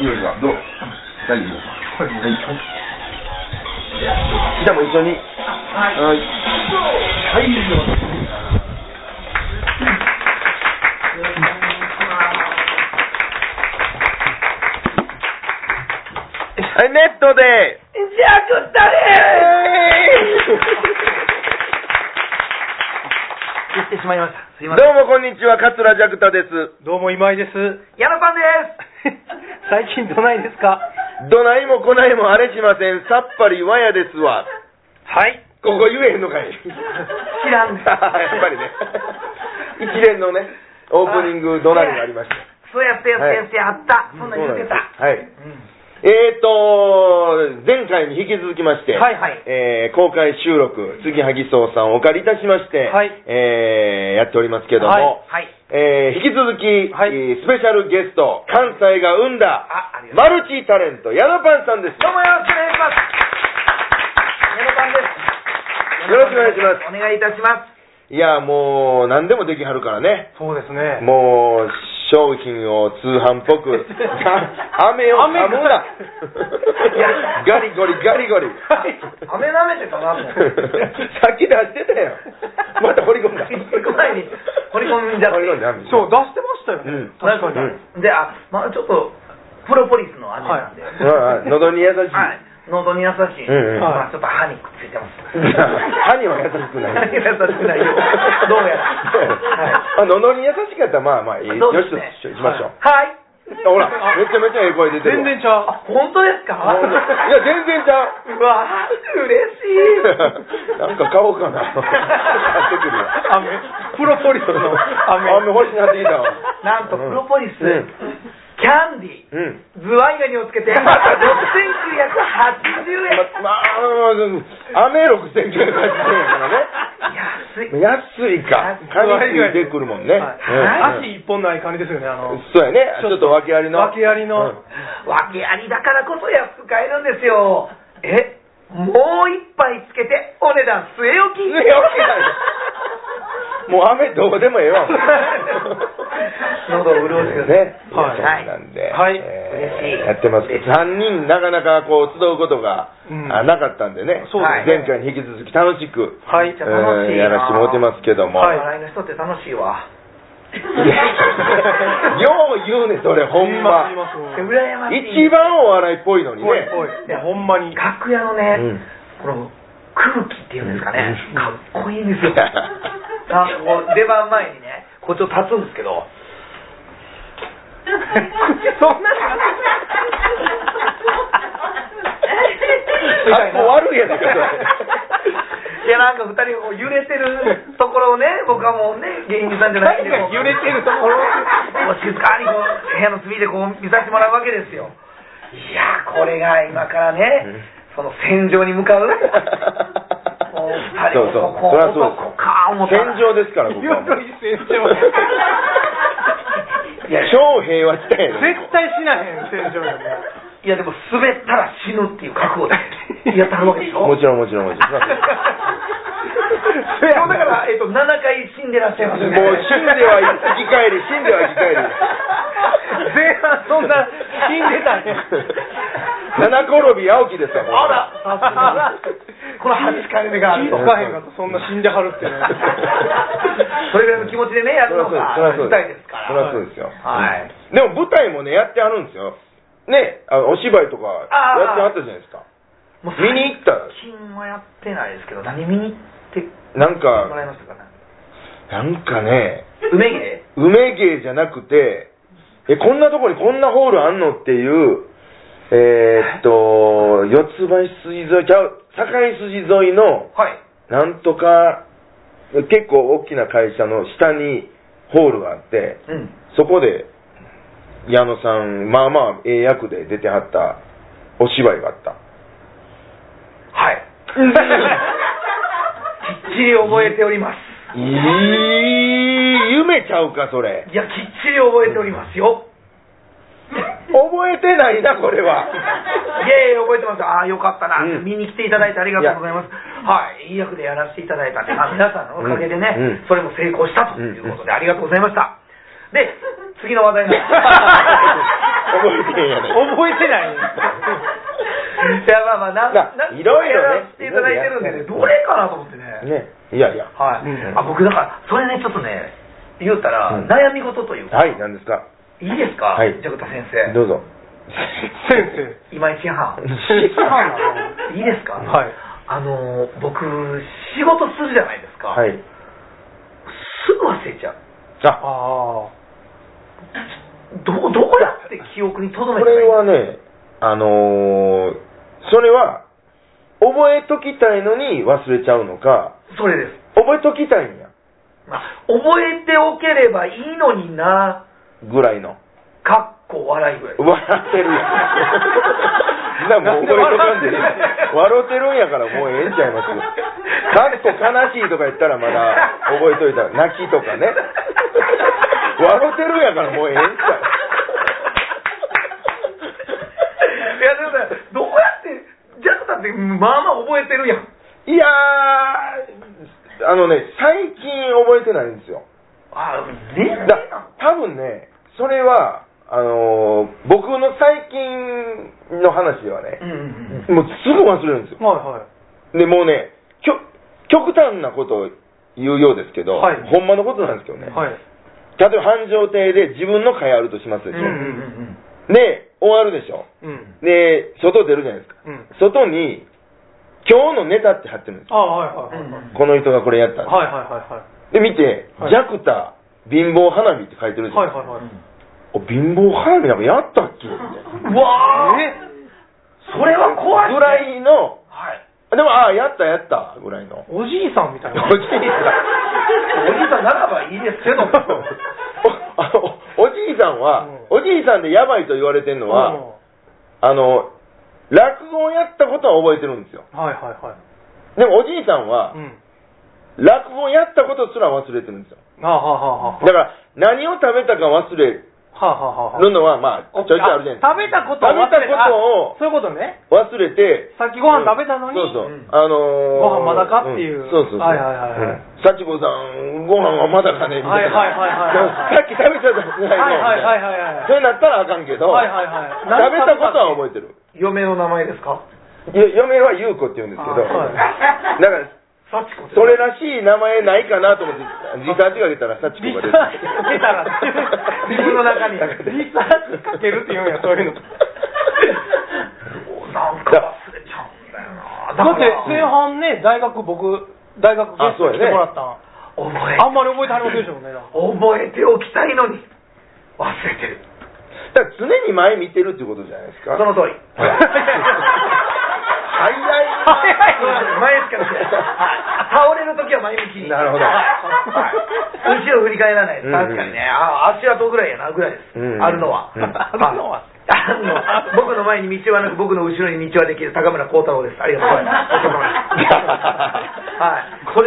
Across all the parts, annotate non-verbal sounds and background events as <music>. いいですかどう大丈夫ですかはい。じゃあもう一緒に。はい。はい。えネットでじゃあ食ったね言ってしまいました。すいどません。うもこんにちは桂ジャクタですどうも今井です。ー矢野さんです <laughs> 最近どないですかどないもこないもあれしませんさっぱりわやですわはい。ここ言えへんのかい知らん <laughs> やっぱりね一連のねオープニングどないがありましたそうやってはい先生あった、そんなん言ってたはい。えーと、前回に引き続きまして、はいはいえー公開収録、杉萩荘さんをお借りいたしまして、はいえーやっておりますけども、はいはいえー引き続き、はいえースペシャルゲスト、関西が生んだああり、がマルチタレント、矢野パンさんです。どうもよろしくお願いします矢野さんですよろしくお願いしますお願いいたしますいや、もう、何でもできはるからね。そうですね。もう、商品を通販っぽ <laughs> く、飴を噛むな。やガリゴリ、ガリゴリ。飴舐めてたなもうさっき出してたよ。 <laughs> また掘り込んだ。掘り込まないで掘り込んじゃっ掘てり込んだ。そう、出してましたよね。うん確かに。うんであまあちょっとプロポリスの飴なんで、うんうん喉に優しい。はい、喉に優しい、うんうんまあ、ちょっと歯にくっついてます <laughs> 歯には優しくない。歯に優しく <laughs> ないよどうやらあ、喉に優しかったら、まあまあいい。そうよしですねとししましょう。はいほら、めちゃめちゃええ声出てる全わ。然ちゃう。本当ですかほんといや、全然ちゃう。うわ嬉しいなんか買おうかな。買ってくるよ。あのプロポリスの飴雨欲しなってきたわ。なんとプロポリス、うんキャンディうん。ズワイガニをつけて6980円ま、まあ、雨六千九百八円やからね。安い安いか。カニついてくるもんね。はうんい足一本ない感じですよね、あの。そうやね。ちょっと訳ありの。訳ありのうん訳ありだからこそ安く買えるんですよえもう一杯つけてお値段据え置き据え置きなんやもう雨どうでもええ <laughs> わ。喉を潤してくださね。そいはいうなんで。はいえ嬉しーいやってますけど、3人なかなかこう集うことがうんあなかったんでね。そうですね前回に引き続き楽しく。はい。じゃあ楽しいなえーやらしてもらってますけども。 <laughs> はい笑いの人って楽しいわいやよう言うね、それ、ほんま言い。ます言い羨まますしい一番お笑いっぽいのにねぽい。ぽい。いやほん <laughs> まに。楽屋のね、この空気っていうんですかね、うんかっこいいんです <laughs> よなんかこう出番前にねこうちょっと立つんですけど <laughs> そんなあ、もう悪いやないか、それ。いやなんか二人こう揺れてるところをね僕はもうね芸人さんじゃないんで何が揺れてるところを静かにこう部屋の隅でこう見させてもらうわけですよいやこれが今からねその戦場に向かう <laughs> もう二そう人そうもここそりゃそう男か思っでたすら戦場ですからここはもう夜に成長。いや超平和地帯やね絶対死なへん、成長なんかいやでも滑ったら死ぬっていう覚悟でやってはるわけでしょもちろんもちろんも <laughs> ちろんもうそれもだから、えっと、7回死んでらっしゃいますよね死んでは生き返り死んでは生き返り前半そんな死んでたね。七転び青木ですからあらこの8回目があ気るぃとつかへんかとそんな死んではる <laughs> ってね。それぐらいの気持ちでねやるのがそりゃそう舞台ですからそりゃそうですよはいでも舞台もねやってあるんですよねあのお芝居とかやってあったじゃないですかもう見に行ったら最近はやってないですけど何見に行ってなんもらかいましたかねなんかね梅芸梅芸じゃなくてえこんなとこにこんなホールあんのっていうえーっと四つ橋筋沿いちゃう境筋沿いのはいなんとか結構大きな会社の下にホールがあってうんそこで矢野さんまあまあええ役で出てはったお芝居があったはいきっちり覚えておりますいい夢ちゃうかそれいやきっちり覚えておりますよ <laughs> 覚えてないなこれ <laughs> はいやいや覚えてますああよかったな、うん見に来ていただいてありがとうございますはいいい役でやらせていただいたんであ皆さんのおかげでね、うんうんそれも成功したということで、ありがとうございましたで次の話題なんです <laughs> 覚えてへんやないか覚えてないいや、まあまあ、な、まあないろいろねやらせていただいてるんでね、いろどいろれかなと思ってね。ねいやいやはい、うんあ、僕、だから、それね、ちょっとね、言うたら、うん悩み事というか、、はいい何ですかいですか、はいジャクタ先生。どう <laughs> ぞ先生今一半。先生いいですかはいあのー、僕、仕事するじゃないですか。はいすぐ忘れちゃう。あ <laughs> あど、どうやって記憶に留こめたらいれいはねあのーそれは覚えときたいのに忘れちゃうのかそれです。覚えときたいんやまあ、覚えておければいいのにな、ぐらいのかっこ笑いぐらい。笑って <laughs> るや <laughs> んなもう覚えとかんでいい笑ってるんやからもうええんちゃいますよかっこ悲しいとか言ったらまだ覚えといたら泣きとかね笑ってるんやからもうええんちゃいや、でもさ、どうやって、ジャクタって、まあまあ覚えてるやん。ういやーあのね最近覚えてないんですよあ、ねだ多分ねそれはあのー僕の最近の話ではねうんうんうん。もうすぐ忘れるんですよあはでもうねきょ極端なことを言うようですけど、はいほんまのことなんですけどいね、はいはい例えば繁盛亭で自分の会あるとしますでしょ、うんうんうん。で終わるでしょうんで外出るじゃないですかう外んに今日のネタって貼ってるんですあはいはいはいうんうんこの人がこれやったんではいはいはいはいすで見て「はいジャクタ貧乏花火」って書いてるじゃはないいですか、はいはいお貧乏花火なんかやったっけってうわーえそれは怖いねぐらいのはい。でもああやったやったぐらい <laughs> のおじいさんみたいなおじいさんおじいさんならばいいですけども。 <laughs> おあのおじいさんは、うんおじいさんでやばいと言われてるのは、うんあの落語をやったことは覚えてるんですよはいはいは、でもおじいさんはいうん落語をやったことすら忘れてるんですよあはあはあはだから何を食べたか忘れるあはあはあはあのはまあちょいちょいあるじゃないですか食べたことを忘れ食べたことをあそういうことね忘れてさっきご飯食べたのにうんそうそう、うんあのーご飯まだかっていうんそうそうそうはいはいはいはいうん幸子さんご飯はまだかねみたいな、はいはいはいはいはいさっき食べちゃったじゃないのはいはいはいはいはいそれなったらあかんけど、はいはいはい食べたことは覚えてる嫁の名前ですかいや嫁は優子って言うんですけど、あはいだから幸子ですそれらしい名前ないかなと思ってリサーチが出たら幸子リがサ出ーたチかけたら自分の中に <laughs> リサーチかけるって言うんやそういうのだなんか忘れちゃうんだよな。だって前から、半ね大学僕大学ゲスト来てもらったん覚えあんまり覚えてはりませんでしたもんねなんか覚えておきたいのに、忘れてる。だから常に前見てるってことじゃないですそかの通り。早い前しか見てない倒れるときは前向きになるほどはい後ろ振り返らないですうんうん確かにねあ足跡ぐらいやなぐらいですうんうんあるのはうんあるのはあるのは僕の前に道はなく僕の後ろに道はできる高村光太郎ですありがと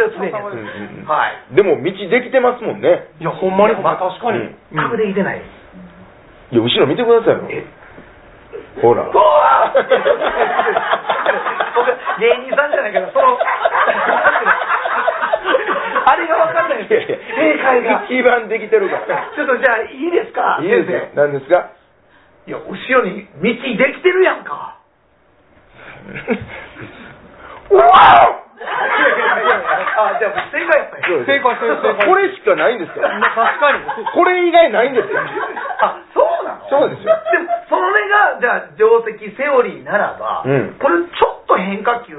うございますお疲れ様ですはいこれを常にやうんうんうんでもってるはい道できてますもんねいやほんまにほんま確かに、うん全くできてないいや後ろ見てくださいよえほらうわー僕芸人さんじゃないからそのあれが分かんないんいやですいや正解が一番できてる <laughs> からちょっとじゃあいいですかいいですよ何ですか先生いや後ろに道できてるやんかうわおあじゃあ正解やったんそうやです正解正解正解これしかないんですから確かにこれ以外ないんですよあそうなのそうですよでもそれがじゃあ定石セオリーならば、うんこれちょっと変化球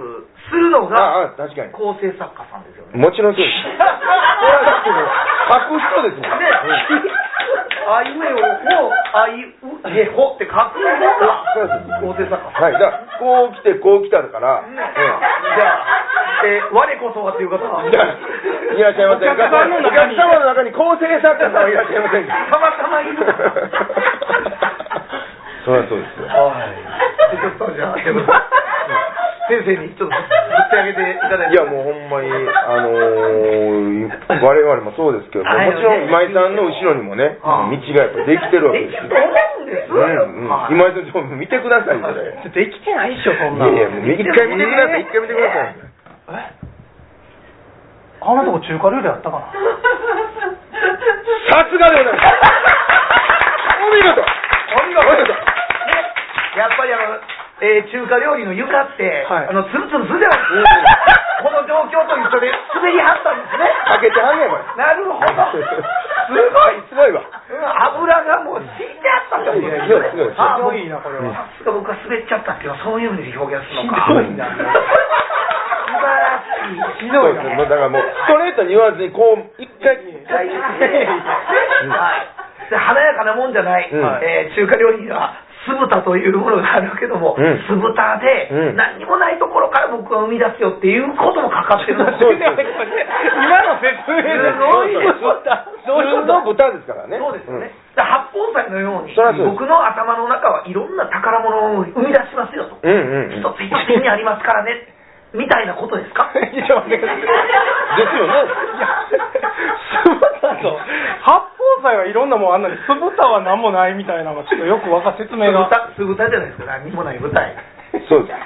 するのああが確かに構成作家さんですよねもちろんそうですこれはだってもう書く人ですもんね、あいうえおを、あいうえほって書くのがそうです構成作家 <laughs> はい、だからこう来てこう来たから、ねじゃあ、えー我こそはという方は、うんじゃあいらっしゃいませんかお客さんの中お客に様の中に構成作家さんはいらっしゃいませんかたまたまいるから <laughs> そりゃそうですよはい。ちょっとじゃあ、でも先生にちょっと振ってあげていただいいて。やもうほんまにあのー、我々もそうですけどもはいもちろん今井さんの後ろにもね道ああがやっぱできてるわけでできするよと思うんです。うんうんはい今井さんちょっと見てくださいそれいできてないっしょそんなやいやもう一回見てくださいえー一回見てくださいえあのとこ中華料理やったか <laughs> な <laughs> さすがでございますお見事お見事ねやっぱりあの、えー中華料理の床って、はいあのツルツルするじゃないですか、この状況と一緒で滑りはったんですねかけてはんねんこれなるほどすごい <laughs> すごいわうん油がもう死んであったってことですすごよねいすごいすごいあもういな、これはは。さすが僕は滑っちゃったっていうのはそういうふうに表現するのかひどいな素晴らしいひどいそうでなすねもうだからもうストレートに言わずにこう一回はいで華やかなもんじゃない、うんえー中華料理には酢豚というものがあるけどうも、ん酢豚でうん何にもないところから僕は生み出すよっていうこともかかってるのそうそうです今の説明すごいどういうの豚ですからねですよね、だから八宝菜のようにそりゃそうです僕の頭の中はいろんな宝物を生み出しますよと、うんうんうん一つ一つ手にありますからねみたいなことですか <laughs> いやわかんないですよねいや酢豚と八宝菜はいろんなもんあんのに酢豚は何もないみたいなのがちょっとよくわか説明が酢豚じゃないですか何にもない舞台そうです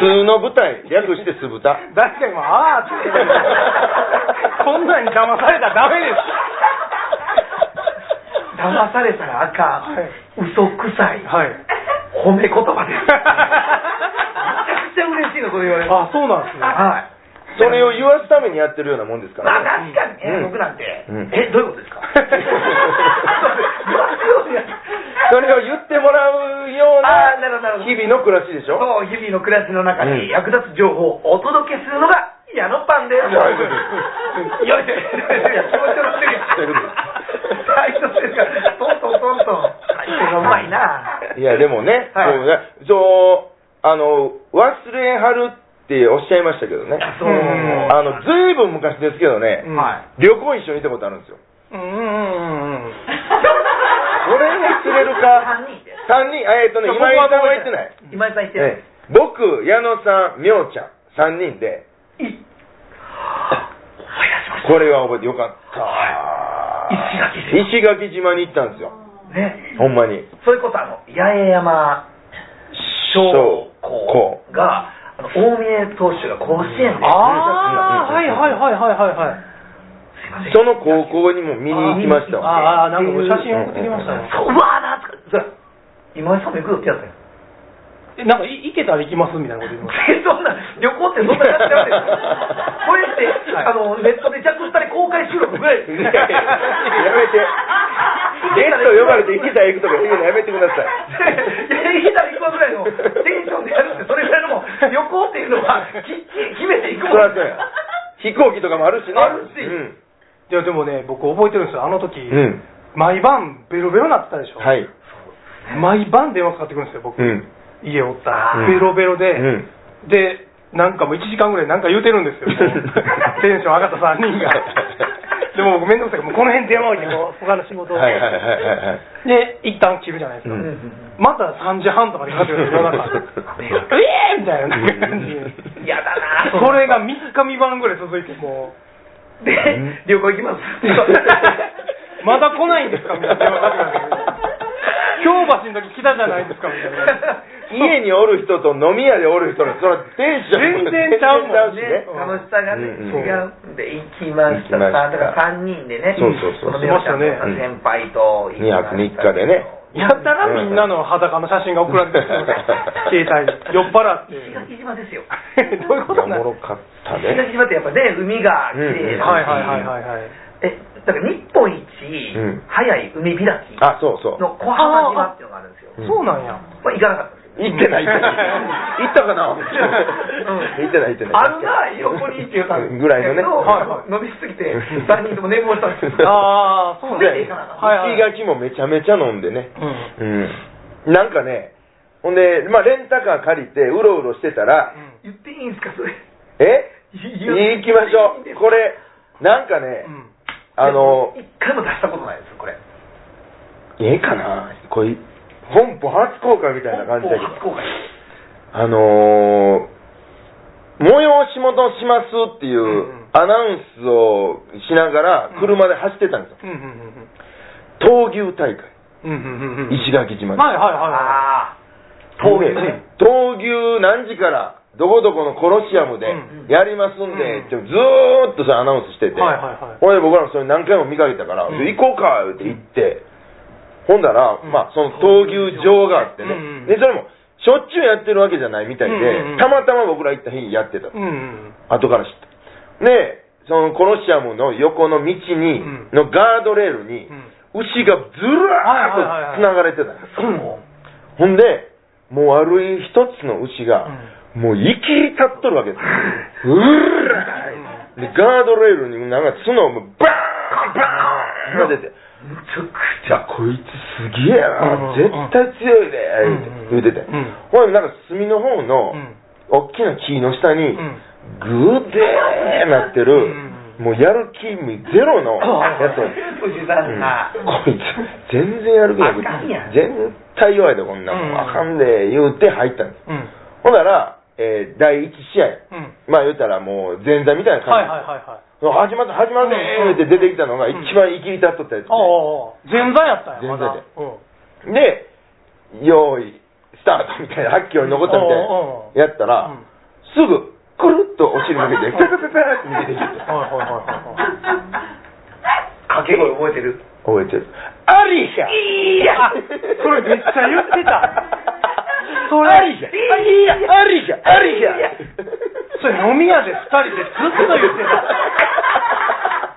普通の舞台略して酢豚大体今ああーって言ってたこんなんに騙されたらダメです騙されたらあかん、はい嘘くさい、はい褒め言葉 <laughs> ですめちゃくちゃ嬉しいのこれ言われるあそうなんですねはいそれを言わすためにやってるようなもんですかまあらね確かにね、うん僕なんて、うんえどういうことです <laughs> <laughs> か <laughs> それを言ってもらうようあなあなるほどなるほど日々の暮らしでしょそう日々の暮らしの中うんに役立つ情報をお届けするのが矢野パンでやす。いやいよいしょ、いや気持ちよくしてるよそういうことです。最初ですから、トントントントン。最初がうまいな。いやでもね、はいそうねそうあの忘れはるっておっしゃいましたけどねそう。うんあのずいぶん昔ですけどね、うんはい。旅行一緒に行ったことあるんですようんうんうんうん俺も釣れるか3人で。 3人あえっとね僕今井はさんは行ってない、今井さんいてええ僕矢野さんみょうちゃん3人でい思い出しました。これは覚えてよかった石垣石垣島に行ったんですよね。ほんまにそれこそあの、八重山小校が、あの大宮投手が甲子園で。ああはいはいはいはいはいはいすいませんその高校にも見に行きましたわああなんかこれ写真送ってきましたねそう、うわーなつか、それ、今井さんも行くよってやつやん。えなんかい行けたら行きますみたいなこと言いましたえそんな、旅行ってそんなやつやってるこれって、はあいの、ネットでジャックしたり公開収録ぐらいですいよやいややめてゲスト呼ばれて行きたい行くとか言うのやめてくださいやいきなり行くぐらいのテンションでやるって、それぐらいのもう旅行っていうのは、きっちり決めていくもんそらそうや <laughs> い飛行機とかもあるしねあるしうんいやでもね僕覚えてるんですよあの時、うん毎晩ベロベロなってたでしょ、はい毎晩電話かかってくるんですよ僕、うん家おったら、うんベロベロで、うんでなんかもう1時間ぐらいなんか言うてるんです <laughs> よテンション上がった3人がでも僕面倒くさいからもうこの辺電話置いてこう他の仕事を、はいはいはいはいはいで一旦切るじゃないですか、ううんんまた3時半とかにかかってく <laughs> るんですよ夜中ええー、みたいななんか感じうん嫌だなそれが3日3晩ぐらい続いてこうで、旅行行き <laughs> ます。まだ来ないんですかみたいな電話かかってくるんですよ京橋の時来たじゃないですかみたいな <laughs> 家におる人と飲み屋でおる人のそのテンションも全然ちゃうもん全然ねちゃうしね、楽しさがね、うんうん違うんで行きました行きましただから3人でねそうそうそうの宮下の先輩と2泊3日でねやったらみんなの裸の写真が送られ <laughs> てくる携帯に酔っ払って石垣島ですよ <laughs> どういうこいやとおなものろかった石ね垣島ってやっぱね海が綺麗だしはいはいはいはいはいえだから日本一うん早い海開きあそうそうの小浜島っていうのがあるんですようんそうなんやまあ行かなかったんですよ行って <laughs> ない行ってない行ったかな、行ってない行ってないあるな横にっていうかぐらいのねけどはいはい飲みすぎて3人とも寝坊したん <laughs> ですよああそうそなんれやで行かなかったはいはい石垣もめちゃめちゃ飲んでねうんうんなんかねほんで、まあ、レンタカー借りてうろうろしてたら言っていいんですかそれえ言う行きましょうこれなんかね、うんあの一回も出したことないですよこれええかなこれ本邦初公開みたいな感じだけど本邦初公開あのー、催し物しますっていんううんアナウンスをしながら車で走ってたんですよ、うんうん闘牛大会うんうんうんうんうん石垣島ではいはいはいはああ闘牛ねね闘牛何時からどこどこのコロシアムでうんやりますんうんで、ってずーっとさアナウンスしてて、はいはいはいほんで僕らもそれ何回も見かけたから、うん行こうかって言って、ほんだら、まあ、その闘牛場があってね、うんうんでそれもしょっちゅうやってるわけじゃないみたいで、うんうんたまたま僕ら行った日にやってた、うん。後から知ったでそのコロシアムの横の道に、んのガードレールに、うん牛がずらーっと繋がれてた、ほんでもう悪い一つの牛が、もう生き立っとるわけですうらーでガードレールになんか角をもうバーンバーン出てむちゃくじゃあこいつすげえな、うん絶対強いで、うん言うてて、うんほんでなんか隅の方のうん大きな木の下にんグーデーなってる、もうやる気ゼロのやつを、ちゃ藤さんが、こいつ全然やる気なくあかんやん全対弱いでこんなもん、うんあかんで言うて入ったんですうん。ほんなら、えー第1試合、うん。まあ言うたらもう前座みたいなはいはい感じ、はいは始い。まった始まったうんって出てきたのが一番生きり立っとったやつで、ああ、前座やったんや、まだ。前座でで、用意、スタートみたいな、8キロに残ったみたいおうおうな、やったら、うんすぐ、くるっとお尻向 <laughs> けて、ペペペペって見てきて、はいはいはいはい。掛け声覚えてる覚えてる。アリシャいやあそれめっちゃ言ってたそれアリシャアリシャアリシャそれ飲み屋で二人でずっと言ってた。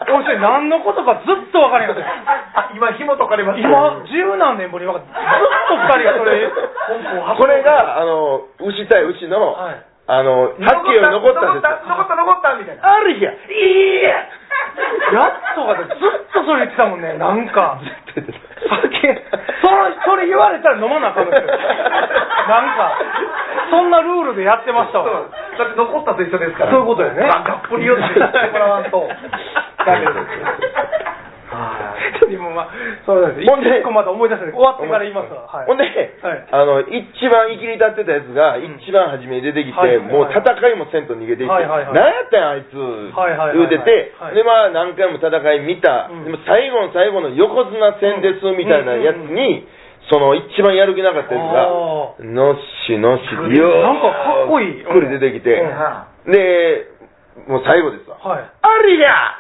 俺それ何のことかずっと分からへんかった。あ今紐解かれました今、十何年ぶりに分かった。ずっと二人がそれ、これが、あの、牛対牛の、はいあの、8キロに残ったんですよ。 <laughs> 残った残った残ったみたいなアリシャいややっとがずっとそれ言ってたもんね、なんか。って言ってた酒、その、それ言われたら飲まなあかんのですよ。なんか、そんなルールでやってましたそうわ。だって残ったと一緒ですからそういうことよねガップリ寄って言ってもらわんとダメですでもまあ、そうなんですほんで一個まだ思い出せない。終わってから言いますわ。はい。ほんで、はいあの一番生きり立ってたやつが一番初めに出てきて、はいはいもう戦いもせんと逃げていって、はいはいはい何やったんやあいつ、いはいはい言うてて、はいでまあ何回も戦い見た、うんでも最後の最後の横綱戦ですみたいなやつうんうんに、その一番やる気なかったやつが、のっしのっしってよーなんかかっこいいくり出てきて、うんで、もう最後 <laughs> ですわ。はい。ありゃ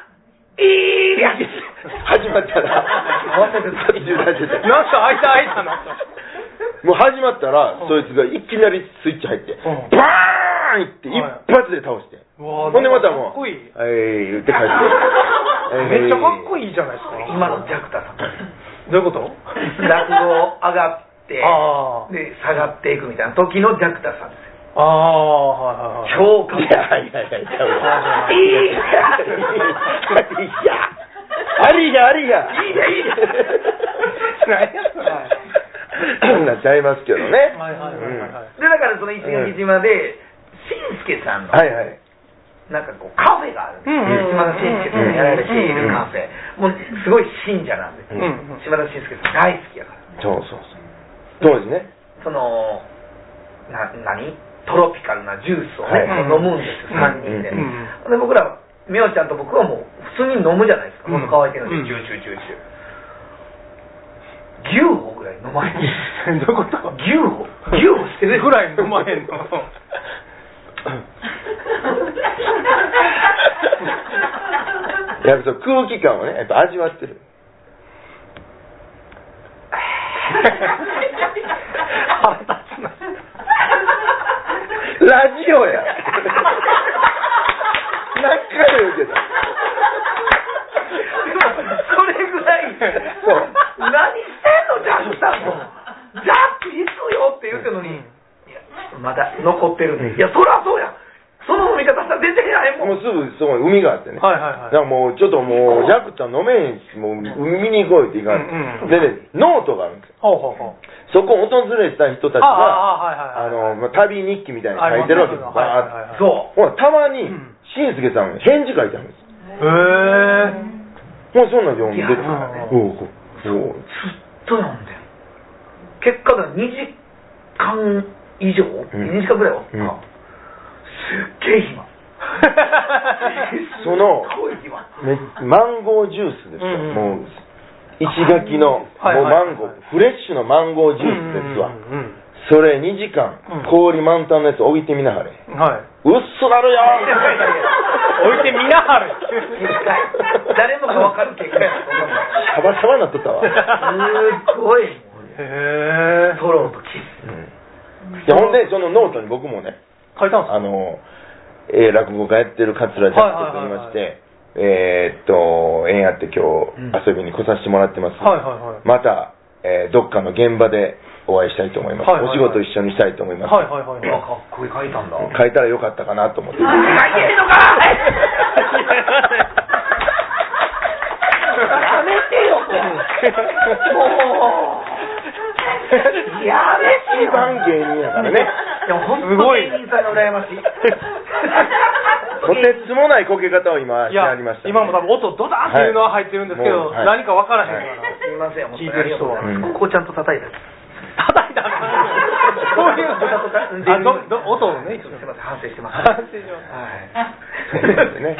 いいや始まったら、途中で始まったなんか開いた開い <laughs> たなと。もう始まったら、うんそいつがいきなりスイッチ入って、んバーンって一発で倒して、うわほんでまたもう、かっこいいえー、言って帰って、 <laughs> めっちゃかっこいい。いいじゃないですか。今のジャクタさんどういうこと落語上がって <laughs> あーで下がっていくみたいな時のジャクタさんですよああ、はいはいはい。超かっいこいいやいや <laughs> いや、ちゃうわいいやありや、ありや、ありや。いいやいいや何やそれそんなんちゃいますけどね。はいはいはいはい。でだからその石垣島でしんすけさんのはいはい。なんかこうカフェがあるんですよ、うんうん島田紳介さんがやられているカフェ、もうすごい信者なんです、うんうん島田紳介さん大好きやからそうそうそう。当時ね。 <laughs> そのな何トロピカルなジュースをね、はい飲むんですようん3人で、うんで僕らみおちゃんと僕はもう普通に飲むじゃないですかうん喉乾いてるのうんにジュージュージュージュー牛歩ぐらい飲まへん <laughs> どういうこと牛歩牛歩してるぐらい飲ま <laughs> へんの。 <laughs> やっぱそう空気感をね、やっぱ味わってる。腹立つな。ラジオや。何回も言うけど。でもそれぐらいそう何してんのジャックさんもジャック行くよって言うてんのに、いやまだ残ってるねいやそりゃそうやその飲み方したら出てけないもんもうすぐそこに海があってね。はいはいはいだからもうちょっともう、ジャクちゃん飲めへんし、もう海に行こうよって言いかんうんうんでね、ノートがあるんですよ。ほうほうほう。そこを訪れた人たちが、あああの、あまあ、旅日記みたいに書いてるわけですよ。はいはいはいバーッとほそうら、たまにうん、しんすけさんが返事書いてあるんですよ。もうそんはいはいはい。 <laughs> へえ。なん読んでていおうおやうおうずっと飲んでる結果が2時間以上、ん2時間ぐらいおった、うんすっげえ暇そのすっごい暇めマンゴージュースですよ、うんもう石垣のもうはいはいはいマンゴーフレッシュのマンゴージュースですわ、それ2時間、うん氷満タンのやつ置いてみなはれはい。うっすなるよいやいやいや置いてみなはる誰もがわかる結 <laughs> 果やそんなもんシャバシャバになっと <laughs> ったわ。すっごいもうねへえトローとキスうんでほんで、そのノートに僕もね、書いたんすかあの、えー落語家やってる桂ちゃんって人いましはて、えーっと、縁あって今日遊びに来させてもらってます。はいはいはいまた、えーどっかの現場でお会いしたいと思います。はいはいはいお仕事一緒にしたいと思います。はいはいはいあかっこいい書いたんだ書いたらよかったかなと思って。書いてんのかやめてよもうやめて一よ番芸人やからね。いや本当すごい芸人さんが羨ましいとてつもないこけ方を今、いしてやはりましたね、今も多分音ドダンっていうのは入ってるんですけど、はいもうはい何か分からへんから、すいません本当に聞いてる人はありがとうございますここをちゃんと叩いた叩いたらあかんよ <laughs> そういうのあどど音をねすいません反省してます反省しますはい <laughs> そうですね